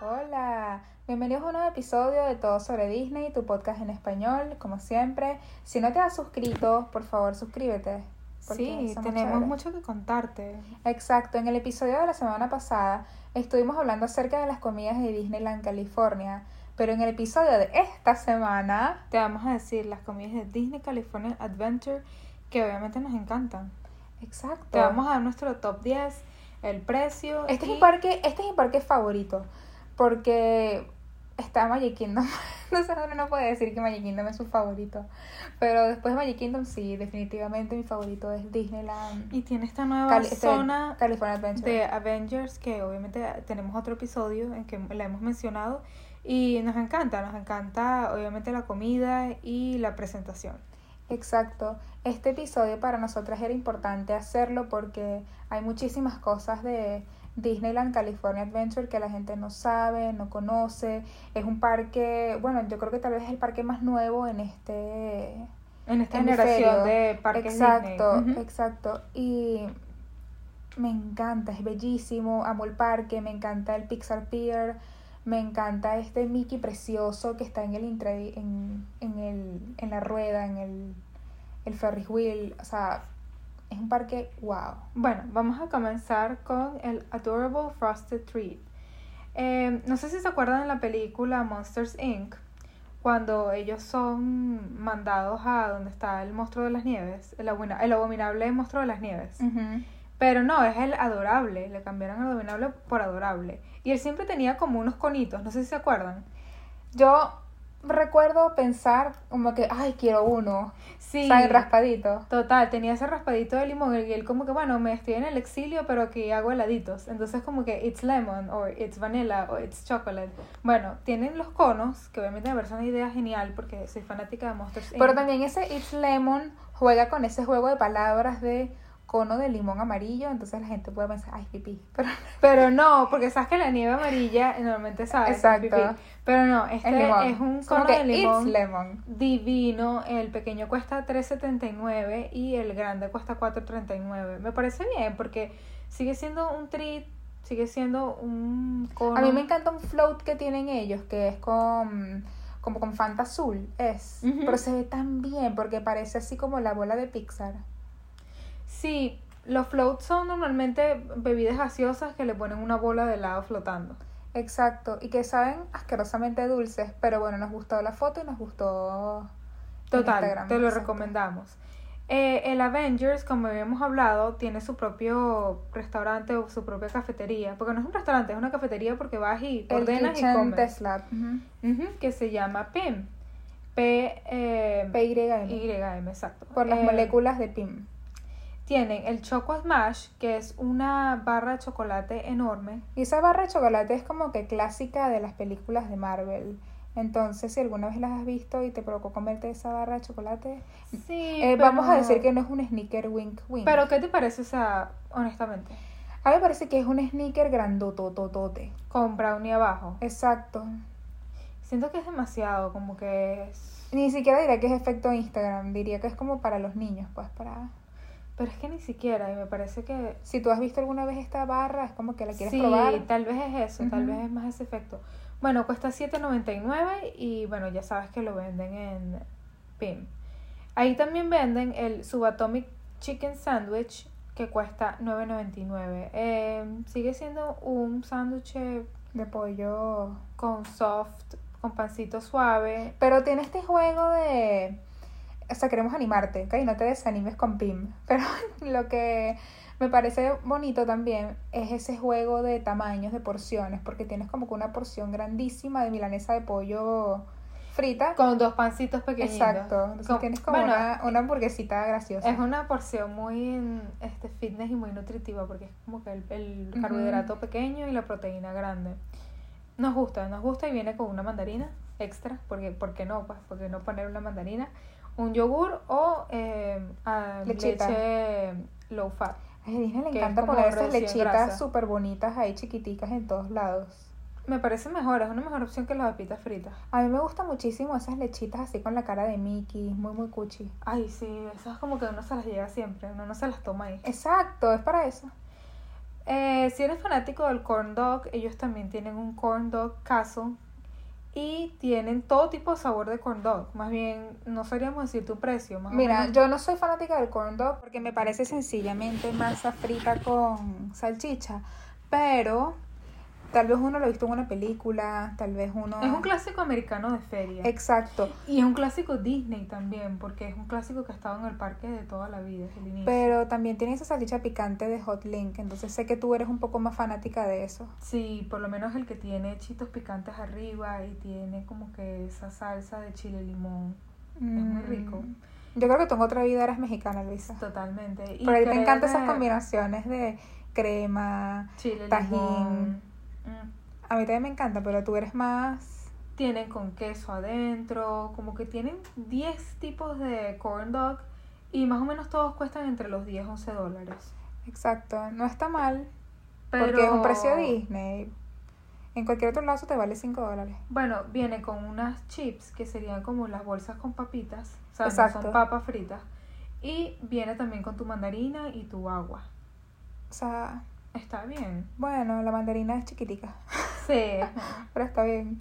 Hola, bienvenidos a un nuevo episodio de Todo sobre Disney, tu podcast en español, como siempre. Si no te has suscrito, por favor suscríbete. porque Sí, somos tenemos chéveres. mucho que contarte. Exacto, en el episodio de la semana pasada estuvimos hablando acerca de las comidas de Disneyland California, pero en el episodio de esta semana, Te vamos a decir las comidas de Disney California Adventure que obviamente nos encantan. exacto, Te vamos a dar nuestro top 10, el precio. este es y- mi parque, este es mi parque favorito, porque está Magic Kingdom. no sé, uno no puede decir que Magic Kingdom es su favorito, pero después de Magic Kingdom sí, definitivamente mi favorito es Disneyland. Y tiene esta nueva Cali- este, zona California Adventure. de Avengers que obviamente tenemos otro episodio en que la hemos mencionado y nos encanta, nos encanta obviamente la comida y la presentación. Exacto. Este episodio para nosotras era importante hacerlo porque hay muchísimas cosas de Disneyland California Adventure que la gente no sabe, no conoce. Es un parque, bueno, yo creo que tal vez es el parque más nuevo en este... En esta Hemisferio. generación de parques exacto, Disney. Ujú. exacto. Y me encanta, es bellísimo, amo el parque, me encanta el Pixar Pier, me encanta este Mickey precioso que está en el intra- en, en el en la rueda, en el el Ferris wheel, o sea, es un parque wow. Bueno, vamos a comenzar con el Adorable Frosted Treat. Eh, no sé si se acuerdan de la película Monsters Inc., cuando ellos son mandados a donde está el monstruo de las nieves, el, abomina- el abominable monstruo de las nieves. Mm. Pero no, es el adorable, le cambiaron el abominable por adorable. Y él siempre tenía como unos conitos, no sé si se acuerdan. Yo recuerdo pensar como que, ay, quiero uno, Sí. tan raspadito. Total, tenía ese raspadito de limón y él como que, bueno, me estoy en el exilio, pero aquí hago heladitos. Entonces como que it's lemon, o it's vanilla, o it's chocolate. Bueno, tienen los conos, que obviamente me parece una idea genial porque soy fanática de Monsters Inc. Pero también ese It's Lemon juega con ese juego de palabras de cono de limón amarillo, entonces la gente puede pensar, ay, pipí. Pero Pero no, porque sabes que la nieve amarilla normalmente sabe. es Exacto. pipí. Pero no, este es limón. es un Como cono que de limón. It's Lemon. Divino, el pequeño cuesta 3.79 y el grande cuesta 4.39. Me parece bien porque sigue siendo un treat, sigue siendo un cono. A mí me encanta un float que tienen ellos, que es con como con Fanta Azul, es. Ujú. Pero se ve tan bien porque parece así como la bola de Pixar. Sí, los floats son normalmente bebidas gaseosas que le ponen una bola de helado flotando. Exacto, y que saben asquerosamente dulces, pero bueno, nos gustó la foto y nos gustó el Total, Instagram, te lo exacto. recomendamos. Eh, el Avengers, como habíamos hablado, tiene su propio restaurante o su propia cafetería. Porque no es un restaurante, es una cafetería porque vas y El ordenas y Kitchen comes. Tesla. ujú. Ujú, que se llama PIM. P, eh, PYM. YM, exacto. Por las Eh, moléculas de PIM. Tienen el Choco Smash, que es una barra de chocolate enorme. Y esa barra de chocolate es como que clásica de las películas de Marvel. Entonces, si alguna vez las has visto y te provocó comerte esa barra de chocolate, Sí, eh, vamos a decir que no es un sneaker wink wink. Pero, ¿qué te parece, o sea, honestamente? a mí me parece que es un sneaker grandotototote. Con brownie abajo. Exacto. Siento que es demasiado, como que es... Ni siquiera diría que es efecto Instagram, diría que es como para los niños, pues para... Pero es que ni siquiera, y me parece que... Si tú has visto alguna vez esta barra, es como que la quieres sí, probar. tal vez es eso, tal Ujú. vez es más ese efecto. Bueno, cuesta $7.99 y bueno, ya sabes que lo venden en PIM. Ahí también venden el Subatomic Chicken Sandwich que cuesta $9.99. Eh, sigue siendo un sándwich De pollo. con soft, con pancito suave. Pero tiene este juego de. O sea, queremos animarte, ¿ok? No te desanimes con PIM. Pero lo que me parece bonito también es ese juego de tamaños, de porciones, porque tienes como que una porción grandísima de milanesa de pollo frita. Con dos pancitos pequeñitos. Exacto. Entonces Con- tienes como bueno, una, una hamburguesita graciosa. Es una porción muy mm, este, fitness y muy nutritiva porque es como que el, el Ujú. carbohidrato pequeño y la proteína grande. Nos gusta, nos gusta y viene con una mandarina extra, porque ¿por qué no? Pues, ¿por qué no poner una mandarina? Un yogur o eh, ah, Lechita. leche low fat. A Disney le que es encanta como poner esas reducida en lechitas grasa. súper bonitas ahí, chiquiticas en todos lados. Me parece mejor, es una mejor opción que las papitas fritas. A mí me gustan muchísimo esas lechitas así con la cara de Mickey, muy, muy cuchi. Ay, sí, esas como que uno se las llega siempre, uno no se las toma ahí. Exacto, es para eso. Eh, si eres fanático del corn dog, ellos también tienen un corn dog castle y tienen todo tipo de sabor de corn dog. Más bien, no sabríamos decir tu precio. Más o Mira, menos. yo no soy fanática del corn dog porque me parece sencillamente masa frita con salchicha, pero tal vez uno lo ha visto en una película, tal vez uno... es un clásico americano de feria. Eh, Exacto, y es un clásico Disney también, porque es un clásico que ha estado en el parque de toda la vida, desde el inicio. pero también tiene esa salchicha picante de Hot Link, entonces sé que tú eres un poco más fanática de eso. Sí, por lo menos el que tiene chitos picantes arriba y tiene como que esa salsa de chile limón. muy rico. Mm. Yo creo que tú en otra vida eras mexicana, Luisa. Totalmente. Y Pero a ti te creo encantan esas que combinaciones de crema. Chile, tajín. limón. mm, A mí también me encanta, pero tú eres más... Tienen con queso adentro. Como que tienen 10 tipos de corn dog. Y más o menos todos cuestan entre los 10 y 11 dólares. Exacto, no está mal. Pero, Porque es un precio Disney. En cualquier otro lazo te vale 5 dólares. Bueno, viene con unas chips que serían como las bolsas con papitas. O sea, no Exacto. son papas fritas. Y viene también con tu mandarina y tu agua. O sea, Está bien. bueno, la mandarina es chiquitica, Sí. pero está bien.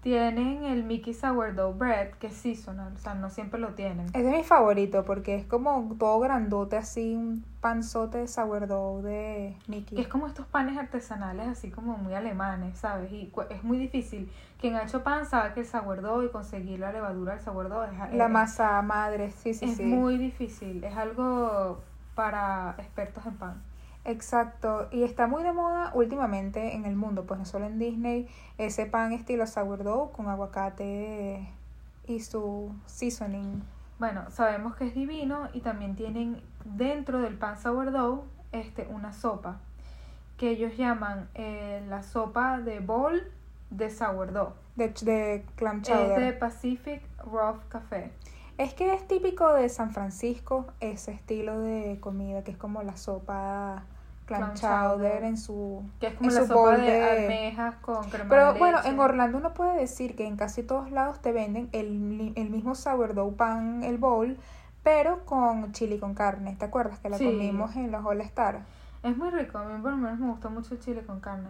tienen el Mickey Sourdough Bread, que es seasonal. O sea, no siempre lo tienen. Ese es mi favorito porque es como todo grandote, así un panzote de sourdough de Que es Mickey. como estos panes artesanales, así como muy alemanes, ¿sabes? Y cu- es muy difícil. Quien ha hecho pan sabe que el sourdough y conseguir la levadura del sourdough es, a- La es- masa madre, sí, sí, es sí. muy difícil. Es algo para expertos en pan. Exacto, y está muy de moda últimamente en el mundo, pues no solo en Disney, ese pan estilo sourdough con aguacate y su seasoning. Bueno, sabemos que es divino y también tienen dentro del pan sourdough este, una sopa que ellos llaman eh, la sopa de bol de sourdough. De, de clam Es chowder. de Pacific Rough Café. Es que es típico de San Francisco ese estilo de comida que es como la sopa clam Clam chowder chowder. en su... Que es como En la su sopa bol de, de- almejas con crema Pero de bueno, leche. en Orlando uno puede decir que en casi todos lados te venden el, li- el mismo sourdough pan, el bowl, pero con chili con carne. ¿Te acuerdas que la Sí. comimos en los All Star? Es muy rico, a mí por lo menos me gusta mucho el chile con carne.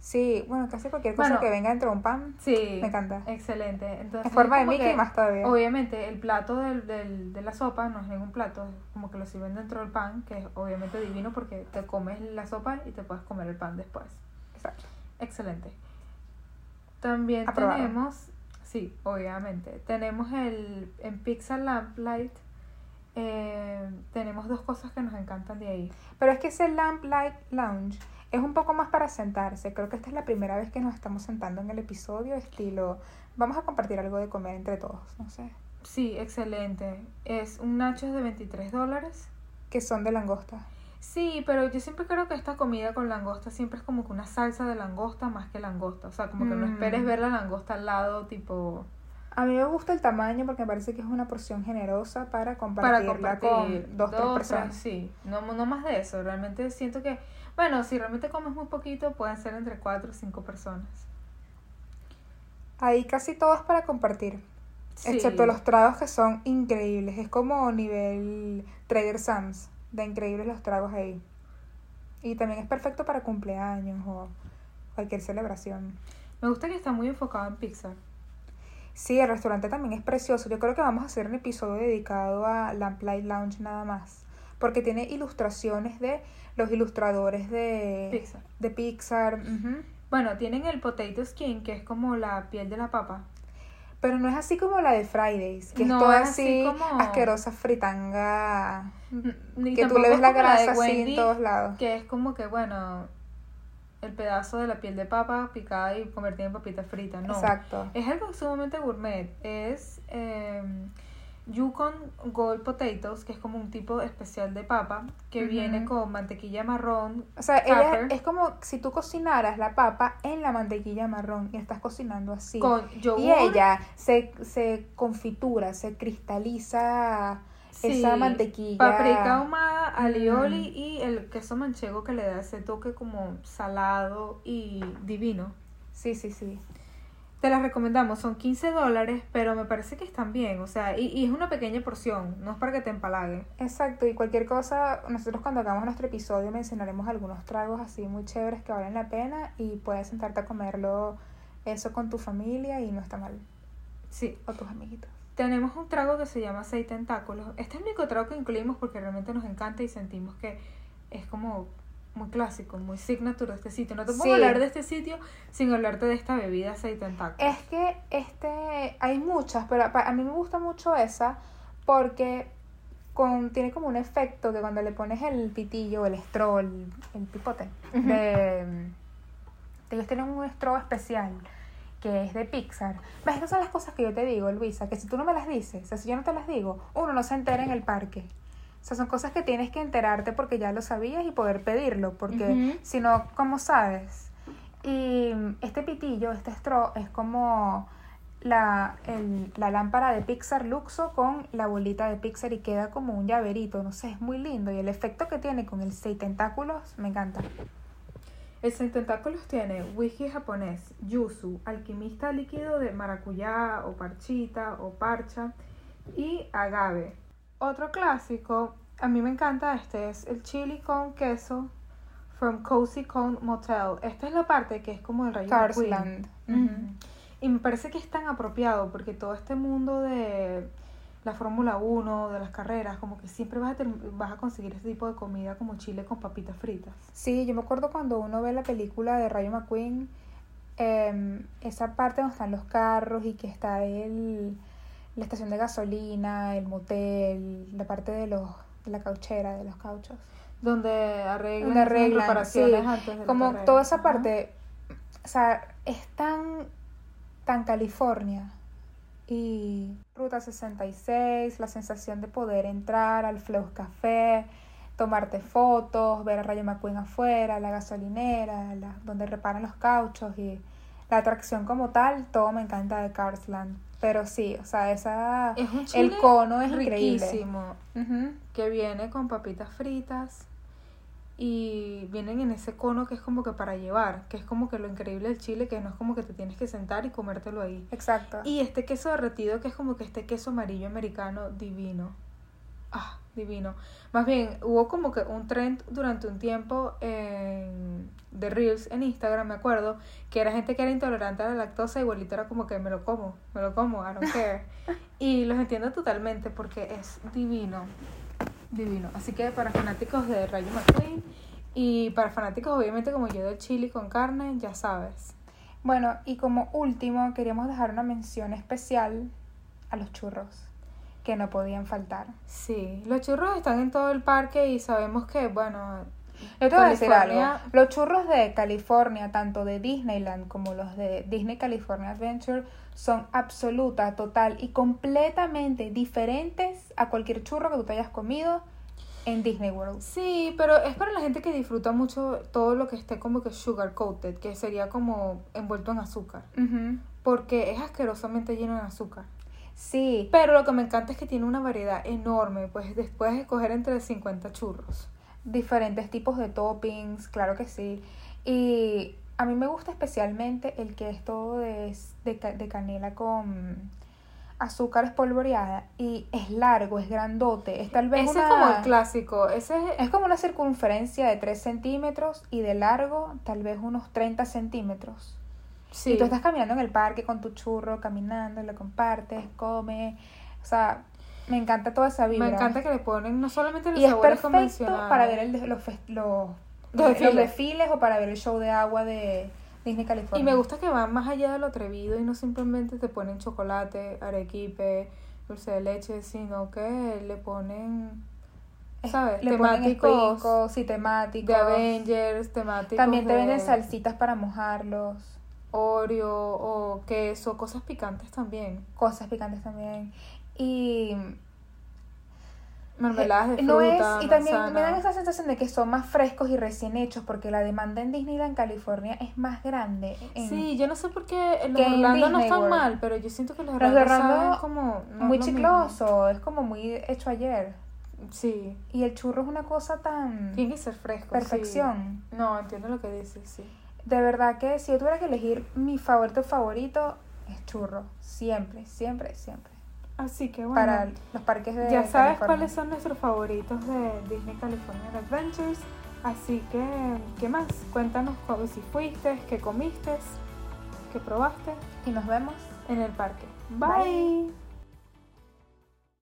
Sí, bueno, casi cualquier cosa Bueno. que venga dentro de un pan. Sí. Me encanta. Excelente. Entonces, En forma de como Mickey que, más todavía. Obviamente, el plato del, del- de la sopa no es ningún plato, es como que lo sirven dentro del pan, que es obviamente divino porque te comes la sopa y te puedes comer el pan después. Exacto. Excelente. También Aprobado. tenemos, sí, obviamente, tenemos el, en Pizza Lamplight, eh, tenemos dos cosas que nos encantan de ahí. Pero es que ese Lamp Light Lounge es un poco más para sentarse. Creo que esta es la primera vez que nos estamos sentando en el episodio, estilo. Vamos a compartir algo de comer entre todos, no sé. Sí, excelente. Es un nachos de 23 dólares. Que son de langosta. Sí, pero yo siempre creo que esta comida con langosta siempre es como que una salsa de langosta más que langosta. O sea, como que no Mm. esperes ver la langosta al lado, tipo, A mí me gusta el tamaño porque me parece que es una porción generosa para para compartirla compartir. con dos, tres personas. sí. No, no más de eso. Realmente siento que, bueno, si realmente comes muy poquito, pueden ser entre cuatro o cinco personas. Ahí casi todo es para compartir, Sí. excepto los tragos que son increíbles. Es como nivel Trader Sam's, de increíbles los tragos ahí. Y también es perfecto para cumpleaños o cualquier celebración. Me gusta que está muy enfocado en Pixar. Sí, el restaurante también es precioso. Yo creo que vamos a hacer un episodio dedicado a Lamplight Lounge nada más. Porque tiene ilustraciones de los ilustradores de Pixar. De Pixar. ujú. Bueno, tienen el potato skin, que es como la piel de la papa. Pero no es así como la de Fridays, que No, es toda es así así, como- asquerosa fritanga. Ni Mm. Que tú tampoco le ves es la como de grasa así en Wendy, todos lados. Que es como que, bueno, el pedazo de la piel de papa picada y convertida en papita frita, ¿no? Exacto. Es algo sumamente gourmet. Es eh, Yukon Gold Potatoes, que es como un tipo especial de papa, que Ujú. viene con mantequilla marrón. O sea, ella Tupper. es como si tú cocinaras la papa en la mantequilla marrón y estás cocinando así. Con yogur. Y ella se, se confitura, se cristaliza sí, esa mantequilla. Paprika ahumada, alioli Mm. y el queso manchego que le da ese toque como salado y divino. Sí, sí, sí. Te las recomendamos, son 15 dólares, pero me parece que están bien, o sea, y, y es una pequeña porción, no es para que te empalague. Exacto, y cualquier cosa, nosotros cuando hagamos nuestro episodio mencionaremos algunos tragos así muy chéveres que valen la pena y puedes sentarte a comerlo eso con tu familia y no está mal. Sí, O tus amiguitos. tenemos un trago que se llama seis tentáculos. Este es el único trago que incluimos porque realmente nos encanta y sentimos que es como muy clásico, muy signature de este sitio. No te puedo Sí. hablar de este sitio sin hablarte de esta bebida seis tentáculos. Es que este hay muchas, pero pa- a mí me gusta mucho esa porque con, tiene como un efecto que cuando le pones el pitillo, el straw, el, el pipote, Ujú. de, mm, ellos tienen un straw especial que es de Pixar. ¿Ves? Esas son las cosas que yo te digo, Luisa, que si tú no me las dices, o sea, si yo no te las digo, uno no se entera en el parque. O sea, son cosas que tienes que enterarte porque ya lo sabías y poder pedirlo, porque Ujú. si no, ¿cómo sabes? Y este pitillo, este straw, es como la, el- la lámpara de Pixar Luxo con la bolita de Pixar y queda como un llaverito, no sé, es muy lindo y el efecto que tiene con el seis tentáculos me encanta. El seis tentáculos tiene whisky japonés, yuzu, alquimista líquido de maracuyá o parchita o parcha y agave. Otro clásico, a mí me encanta este, es el chili con queso from Cozy Cone Motel. Esta es la parte que es como el rayo de Queen. Carsland. Ujú. Y me parece que es tan apropiado porque todo este mundo de la Fórmula 1, de las carreras, como que siempre vas a, term- vas a conseguir este tipo de comida como chile con papitas fritas. Sí, yo me acuerdo cuando uno ve la película de Rayo McQueen, em, esa parte donde están los carros y que está el, la estación de gasolina, el motel, la parte de los de la cauchera, de los cauchos. donde arreglan, Donde hacen arreglan, reparaciones sí. antes de la Como carrera. toda esa Ajá. parte, o sea, es tan, tan California. Y Ruta 66, la sensación de poder entrar al Flow Café, tomarte fotos, ver a Rayo McQueen afuera, la gasolinera, la- donde reparan los cauchos y la atracción como tal, todo me encanta de Carsland. Pero sí, o sea, esa... es un chile El cono es increíble. riquísimo Ujú. que viene con papitas fritas y vienen en ese cono que es como que para llevar que es como que lo increíble del chile que no es como que te tienes que sentar y comértelo ahí Exacto. y este queso derretido que es como que este queso amarillo americano divino ah divino más bien hubo como que un trend durante un tiempo en, de reels en Instagram me acuerdo que era gente que era intolerante a la lactosa y igualito era como que me lo como me lo como I don't care y los entiendo totalmente porque es divino divino así que para fanáticos de Rayo McQueen y para fanáticos obviamente como yo del chili con carne ya sabes Bueno, y como último, queríamos dejar una mención especial a los churros, que no podían faltar. Sí, los churros están en todo el parque y sabemos que, bueno, Yo te voy a decir algo. California- Los churros de California, tanto de Disneyland como los de Disney California Adventure, son absoluta, total y completamente diferentes a cualquier churro que tú te hayas comido en Disney World. Sí, pero es para la gente que disfruta mucho todo lo que esté como que sugar coated, que sería como envuelto en azúcar, Ujú. porque es asquerosamente lleno de azúcar. Sí, Pero lo que me encanta es que tiene una variedad enorme, pues después escoger entre 50 churros. diferentes tipos de toppings, claro que sí. Y a mí me gusta especialmente el que es todo de, de, ca- de canela con azúcar espolvoreada y es largo, es grandote, es tal vez Ese una- es como el clásico, ese es, es como una circunferencia de 3 centímetros y de largo tal vez unos 30 centímetros. sí. Y tú estás caminando en el parque con tu churro, caminando, lo compartes, comes. O sea, me encanta toda esa vibra. me encanta que le ponen no solamente los Y es sabores perfecto convencionales. para ver el, de- los, fes- los, Los los desfiles. desfiles o para ver el show de agua de Disney California. Y me gusta que van más allá de lo atrevido y no simplemente te ponen chocolate, arequipe, dulce de leche, sino que le ponen, Es- ¿sabes? Le ponen temáticos sprinkles y de temáticos. Avengers, temáticos También te de venden salsitas para mojarlos, Oreo o queso, cosas picantes también. cosas picantes también. Y eh, Mermeladas de no es, fruta, y también me manzana. dan esa sensación de que son más frescos y recién hechos porque la demanda en Disneyland California es más grande. en- Sí, yo no sé por qué los que de en Orlando no Disney están World. mal, pero yo siento que los de Los de Orlando Orlando, saben como... no es muy lo mismo. chicloso, es como muy hecho ayer. Sí, Y el churro es una cosa tan tiene que ser fresco. sí. perfección. No, entiendo lo que dices, sí. De verdad que si yo tuviera que elegir mi favorito favorito, es churro. Siempre, siempre, siempre. Así que bueno. Para los parques de. Ya sabes California. cuáles son nuestros favoritos de Disney California Adventures. Así que, ¿qué más? Cuéntanos cu- si fuiste, qué comiste, qué probaste Y nos vemos. en el parque. Bye. Bye.